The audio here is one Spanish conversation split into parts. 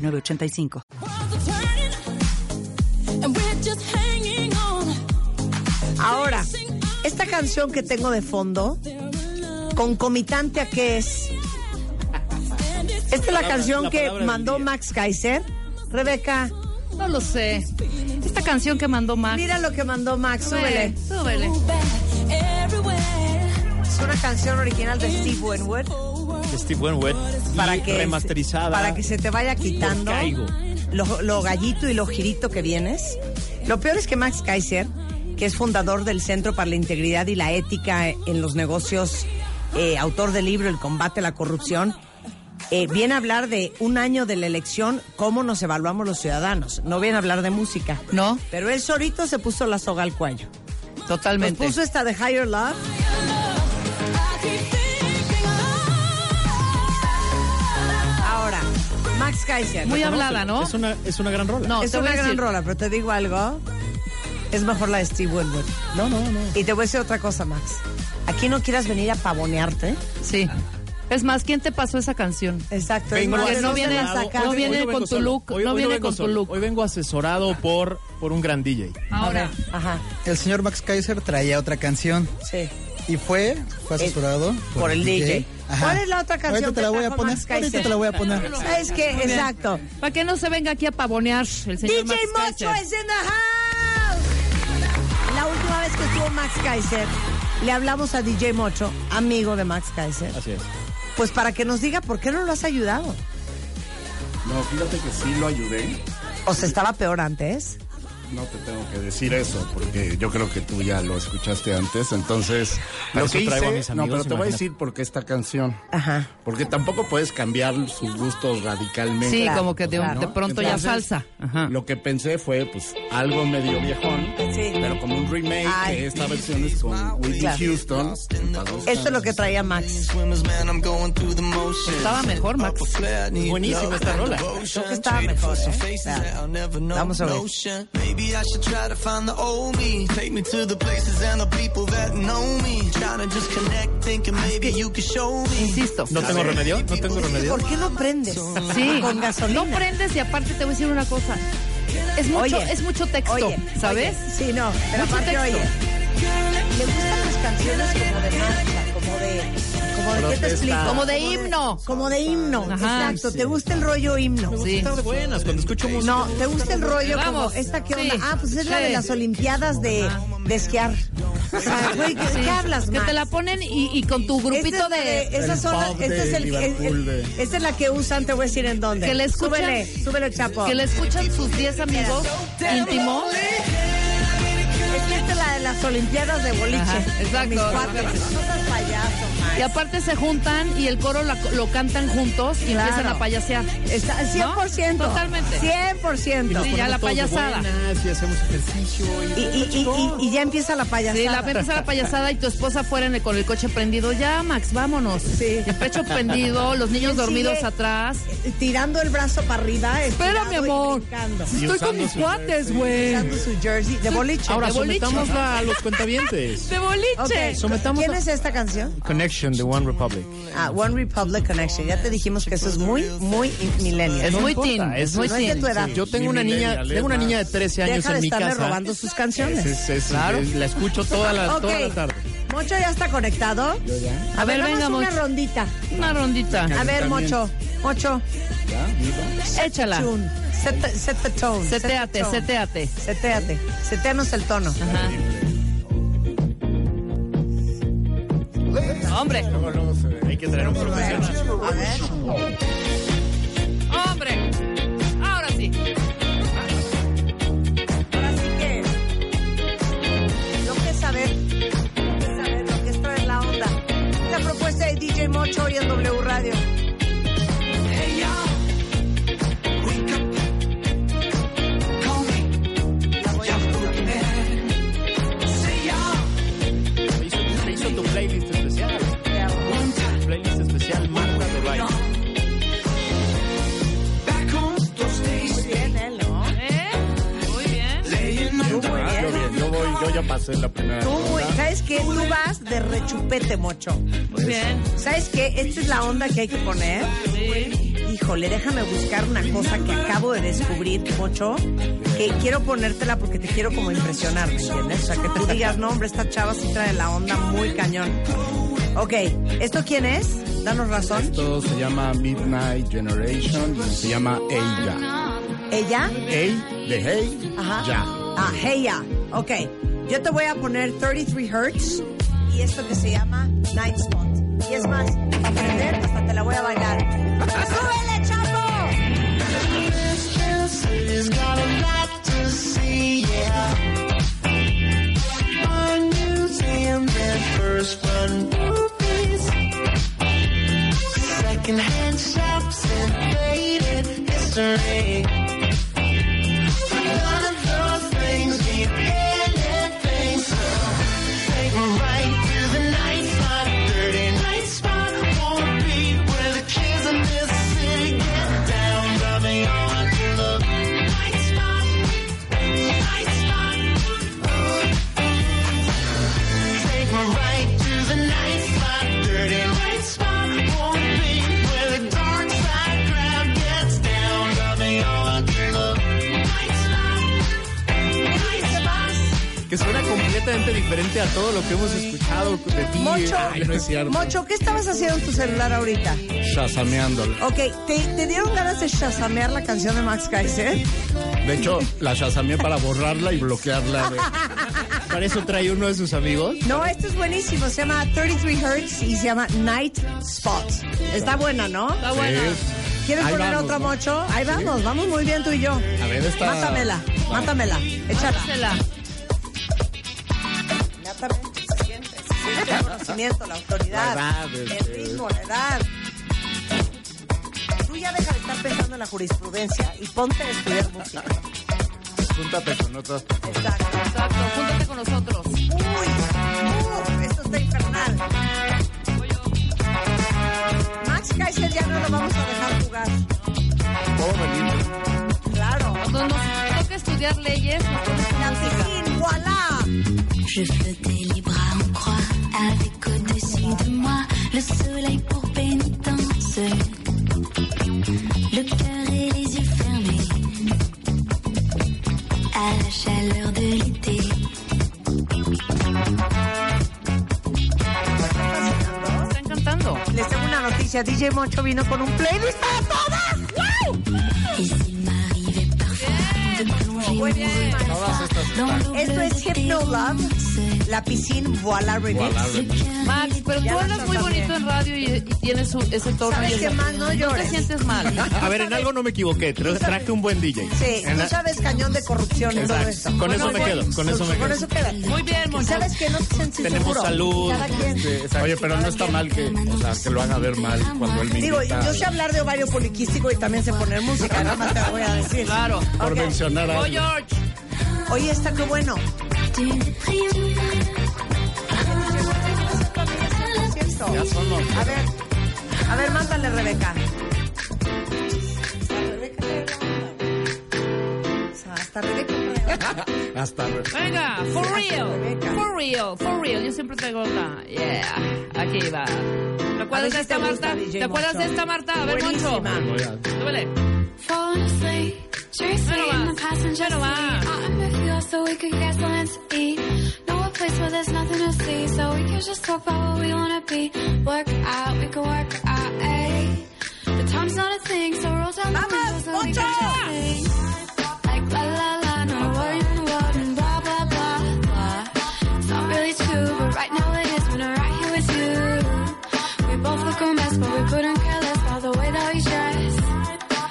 985. Ahora, esta canción que tengo de fondo, concomitante a qué es. Esta es la, palabra- canción la que palabra del mandó día. Max Kaiser. Rebeca, No lo sé. Esta canción que mandó Max. mira lo que mandó Max, súbele. súbele. Súbele. Es una canción original de Steve Winwood. Steve Winwood. y que- remasterizada. Para que se te vaya quitando Por caigo. lo, lo gallito y lo girito que vienes. Lo peor es que Max Kaiser, que es fundador del Centro para la Integridad y la Ética en los Negocios, eh, autor del libro El combate a la corrupción, eh, viene a hablar de un año de la elección, cómo nos evaluamos los ciudadanos. No viene a hablar de música. No, Pero él solito se puso la soga al cuello. Nos totalmente. puso esta de Higher Love. Ahora, Max Kaiser. Muy hablada, ¿no? Es una, es una gran rola. No, es te voy una a gran decir- rola, pero te digo algo. Es mejor la de Steve Winwood. no, no. no. Y te voy a decir otra cosa, Max. Aquí no quieras venir a pavonearte. Sí. Es más, ¿quién te pasó esa canción? Exacto. Vengo es más, no se viene- la sacaste. no viene Hoy vengo con tu solo. look, no viene vengo con tu solo. look. Hoy vengo asesorado por, por un gran DJ. Ahora. Ajá, El señor Max Kaiser traía otra canción sí. y fue, fue asesorado por el DJ. ¿Cuál es la otra canción Ahorita que te la voy a trajo poner. Max Kaiser? Ahorita te la voy a poner. ¿Sabes qué? Exacto. Para que no se venga aquí a pavonear el DJ señor Max Mocho Kaiser. es in the house. La última vez que estuvo Max Kaiser, le hablamos a DJ Mocho, amigo de Max Kaiser, Así es. pues para que nos diga por qué no lo has ayudado. No, fíjate que sí lo ayudé. O sea, estaba peor antes. No te tengo que decir eso, porque yo creo que tú ya lo escuchaste antes. Entonces, Para lo eso que traigo a hice- mis no, amigos, pero te voy a imagínate. decir por qué esta canción. Ajá. Porque tampoco puedes cambiar sus gustos radicalmente. Sí, Claro, como que de, un- ¿no? de pronto Entonces, ya falsa. Ajá. Lo que pensé fue, pues, algo medio viejón, Sí. pero como un remake, Ay. que esta versión es con Whitney Claro. Houston. Esto es lo que traía Max. Estaba mejor, Max. pues, Buenísima esta rola. Creo que estaba mejor, ¿eh? Claro. Vamos a ver. Maybe I should try to find the old me. Take me to the places and the people that know me. Trying to just connect, thinking Ah, maybe you could show me. Insisto. No tengo remedio, no tengo remedio. ¿Por qué no prendes? Sí. Con gasolina. No prendes y aparte te voy a decir una cosa. Es mucho, Oye. es mucho texto, Oye, ¿sabes? oye, sí, no, pero Mucho aparte, texto. oye, le gustan las canciones como de marcha, como de, como de, ¿qué te explico? Como de himno. Como de himno, Ajá. exacto. ¿Te gusta el rollo himno? Sí. Están buenas, cuando escucho música. No, ¿te gusta el rollo Vamos. como esta que Sí. onda? Ah, pues es la Sí. de las olimpiadas de, de esquiar. O sea, güey, ¿qué, Sí. qué hablas, Que Max? te la ponen y, y con tu Este grupito es de- de... esas El son las- pub este de es el- Liverpool el- de- Esta es la que usan, te voy a decir en dónde. Que la escuchan. Súbele, súbele, chapo. Que le escuchan sus 10 amigos íntimos. Es que esta es la de las Olimpiadas de boliche. Ajá, exacto. Mis cuates. No seas payaso, Y Max. aparte se juntan y el coro la- lo cantan juntos y Claro. empiezan a payasear. Está, 100%. ¿No? Totalmente. 100%. Sí, ya la payasada. Buenas, y hacemos ejercicio. Y, y- y- y- y ya empieza la payasada. Sí, la empieza la payasada y tu esposa fuera en el- con el coche prendido. Ya, Max, vámonos. Sí. El pecho prendido, los niños ¿Quién sigue? dormidos atrás. Eh, Tirando el brazo para arriba. Espera, estirado mi y amor. brincando. Estoy con mis cuates, güey. Usando su jersey de boliche. Ahora de boliche. sometámosla a los cuentavientes. De boliche. Ok. Sometamos ¿Quién a- es esta canción? Connection de One Republic. Ah, One Republic Connection. Ya te dijimos que eso es muy, muy millennial. Es No muy importa, teen, es eso muy no es de teen. tu edad. Yo tengo Ni una niña, millennial, tengo una es niña de más. 13 años Deja de en mi estarle casa. robando sus canciones. Es- es- es- es- la escucho toda la, Ok. toda la tarde. Mocho ya está conectado. A, A ver, ver, vamos una venga, Mocho. rondita. Una rondita. A ver, Mocho. Mocho, Échala. tune. Set, the- set the tone. set the Seteate, tone. seteate. Seteate. Seteanos el tono. Ajá. Hombre, Hay que traer un profesional. A ver. hombre. Ahora Ahora sí. sí que. Lo que es saber. Lo que es saber. Lo que es traer la onda. La propuesta de DJ Mocho hoy en W Radio. Hey, y'all. We Ah, nunca pasé la primera Tú, güey, ronda. ¿sabes qué? Tú vas de rechupete, mocho. Muy bien. ¿Sabes qué? Esta es la onda que hay que poner. Sí. Híjole, déjame buscar una cosa que acabo de descubrir, Pocho, que quiero ponértela porque te quiero como impresionar, ¿me entiendes? O sea, que tú digas, no, hombre, esta chava sí trae la onda muy cañón. Ok, ¿esto quién es? Danos razón. Esto se llama Midnight Generation y se llama Eya. ¿Ella? Ey de Hey, Ajá. ya. Ah, Heya. Ok, yo te voy a poner 33 Hertz y esto que se llama Night Spot. Y es más, para aprender hasta te la voy a bailar. ¡Súbele, chapo! Secondhand shops and faded history. None of those things mean anything. So take me right to the night spot. Dirty night spot won't be where the kids in this city get down. Drive me on to the night spot. Night spot. Take me right to the night spot. Dirty night spot won't be where the dark side crowd gets down. Drive me on to the night spot. Night spot. Que suena completamente diferente a todo lo que hemos escuchado de ti. Mocho, Ay, no es cierto. Mocho, ¿qué estabas haciendo en tu celular ahorita? Shazameándola. Ok, ¿te, te dieron ganas de shazamear la canción de Max Kaiser? De hecho, la shazameé para borrarla y bloquearla. de- Para eso trae uno de sus amigos. No, esto es buenísimo. Se llama 33 Hertz y se llama Night Spot. Está buena, ¿no? Está buena. ¿Quieres Ahí poner vamos, otra, ¿no? Mocho? Ahí vamos, vamos muy bien tú y yo. A ver, esta- Mátamela, mátamela. Échala. Dásela. Inmediatamente se siente, se siente el conocimiento, la autoridad, La edad, el este. ritmo, la edad. Tú ya deja de estar pensando en la jurisprudencia y ponte a estudiar música. Júntate con otras personas. Exacto. Exacto. Júntate con nosotros. Uy, uf, esto está infernal. Max Kaiser ya no lo vamos a dejar jugar. Todo bonito. Claro. Cuando nos toca estudiar leyes, nos toca estudiar música. Cantiquín, voilà. Je flottais les bras en croix, avec au-dessus de moi le soleil pour pénitence. Le cœur et les yeux fermés à la chaleur de l'été. Están cantando. Les tengo una noticia. DJ Moncho vino con un playlist para todas. ¡Wow! Et s'il m'arrivait parfois de plonger mon regard dans l'eau Esto bleue es de tes Hypno Love. danses. La piscina, voilà remix. Le cœur Max, pero tú Ya hablas muy cantamos bonito bien. en radio y, y tienes su- ese tono. ¿Sabes y ese- qué, Max? No te llores. sientes mal. A ver, en algo no me equivoqué. Tra- Traje un buen DJ. Sí, En tú la- sabes cañón de corrupción y todo Exacto. esto. Con eso Bueno, me quedo, con eso me Con quedo. eso queda. Muy bien, Moncho. ¿Sabes qué? No te sientes Tenemos seguro. salud. Cada quien. Oye, pero no está mal que, o sea, que lo haga ver mal cuando él me Digo, invita, yo sé hablar de ovario poliquístico y también sé poner música, nada más te lo voy a decir. Claro. Por Ok. mencionar Oh, algo. George. Oye, está qué bueno. d'une prime Siento. Ya somos. A ver, a ver, mándale, Rebeca. Hasta Rebeca. Hasta Venga, for real. For real, for real. Yo siempre traigo la. Yeah. Aquí va. ¿Te A ver acuerdas si de esta, te gusta, Marta? DJ ¿Te acuerdas de Moncho. esta, Marta? A ver, Moncho. Buenísima. Súbele. Falling asleep, Bueno, seriously, va. in the passenger Bueno, va. seat. I- I'm with you, so we could get something to eat. Know a place where there's nothing to see, so we can just talk about what we wanna be. Work out, we can work out, ayy. The time's not a thing, so roll down the Vamos, windows and we can Poncho. just sing. Like la la la, no worry in the world and blah blah blah blah. It's not really true, but right now it is when I'm right here with you. We both look a mess, but we couldn't care less about the way that we dress.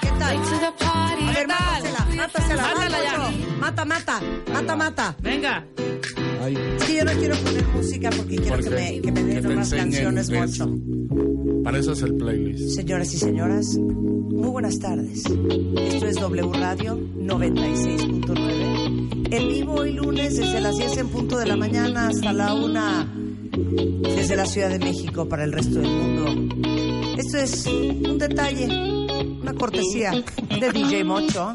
¿Qué Late tal? to the party. A ver, mátasela, mátasela, Mátala ya. Moncho. Mata, mata, mata, mata. Venga. Ay, Es que yo no quiero poner música porque quiero ¿por que qué? me, que me Que den te unas enseñen canciones, de Moncho. eso. Para eso es el playlist. Señoras y señoras, muy buenas tardes. Esto es W Radio 96.9. En vivo hoy lunes desde las 10 en punto de la mañana hasta la 1 desde la Ciudad de México para el resto del mundo. Esto es un detalle, una cortesía de DJ ¿eh? Mocho.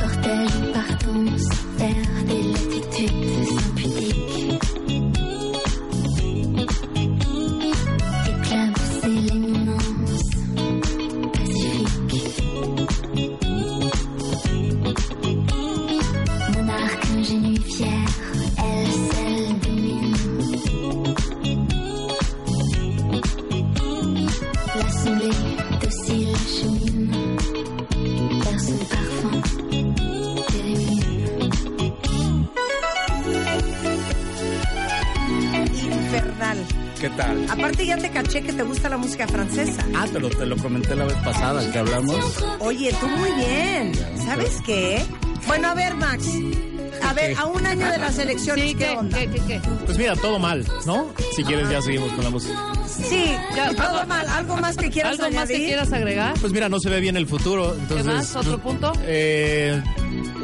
Cortège ou partons, terre des latitudes impudiques. Éclaboussez l'immense Pacifique. Monarque ingénue fière, elle seule domine. L'assemblée docile chemine vers son parfum. Infernal. ¿Qué tal? Aparte ya te caché que te gusta la música francesa. Ah, te lo, te lo comenté la vez pasada que hablamos. Oye, tú muy bien. ¿Sabes qué? Bueno, a ver, Max. A ver, a un año de las elecciones, Sí, ¿qué ¿qué, onda? qué, qué, qué? Pues mira, todo mal, ¿no? Si quieres ya seguimos con la música. Sí, Ya, todo algo- mal. ¿Algo más que quieras ¿Algo más que añadir? quieras agregar? Pues mira, no se ve bien el futuro. Entonces, pues, ¿Qué más? ¿Otro punto? Eh,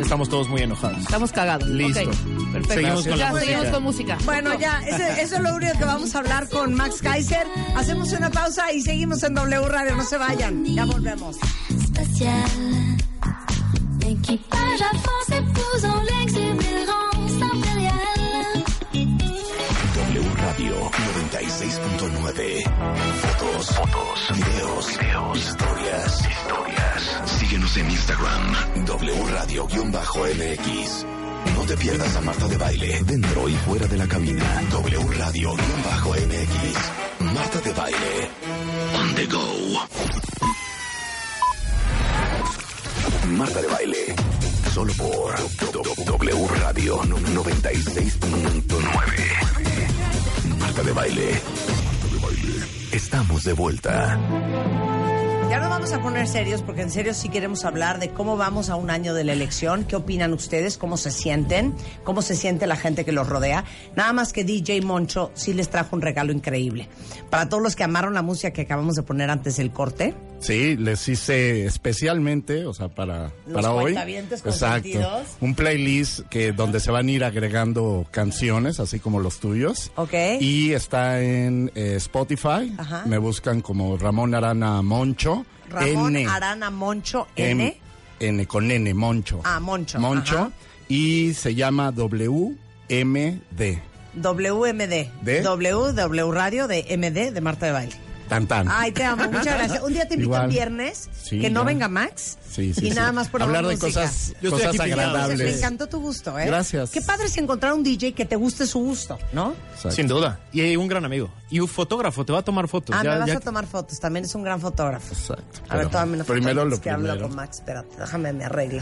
estamos todos muy enojados. Estamos cagados. Listo. Ok, perfecto. Seguimos con ya, la música. seguimos con música. Bueno, ya, ese- eso es lo único que vamos a hablar con Max Kaiser. Hacemos una pausa y seguimos en W Radio. No se vayan, ya volvemos. spatial. L'équipage avance épousant l'exubérance impériale. W Radio 96.9. Fotos, fotos, videos, videos, historias, historias. Síguenos en Instagram, W Radio-MX. No te pierdas a Marta de Baile, dentro y fuera de la cabina. W Radio-MX. Marta de Baile. On the go. Marta de Baile. Solo por W Radio 96.9. Marta de baile. Estamos de vuelta. Ya nos vamos a poner serios porque en serio sí queremos hablar de cómo vamos a un año de la elección, qué opinan ustedes, cómo se sienten, cómo se siente la gente que los rodea. Nada más que DJ Moncho sí les trajo un regalo increíble. Para todos los que amaron la música que acabamos de poner antes del corte, Sí, les hice especialmente, o sea, para, Los para hoy. cuentavientes consentidos. Un playlist que donde se van a ir agregando canciones, así como los tuyos. Ok. Y está en eh, Spotify. Ajá. Me buscan como Ramón Arana Moncho. Ramón N. Arana Moncho M. N. N, con N, Moncho. Ah, Moncho, Moncho. ajá. Y se llama WMD. WMD. ¿De? W, W Radio de MD de Marta de Baile. Tan tan. Ay, te amo, muchas gracias. Un día te invito Igual. un viernes, Sí, que no ya. venga Max, Sí, sí, y sí. nada más por hablar de música. cosas, Yo estoy cosas aquí picado. Entonces, me agradables. encantó tu gusto, ¿eh? Gracias. Qué padre es encontrar un DJ que te guste su gusto, ¿no? Exacto. Sin duda. Y un gran amigo. Y un fotógrafo, te va a tomar fotos. ah, Ya- me vas ya- a tomar fotos. También es un gran fotógrafo. Pues Exacto. A ver, Pero tómame una foto. Primero antes lo que hablo primero. con Max. Espérate, déjame, me arreglo.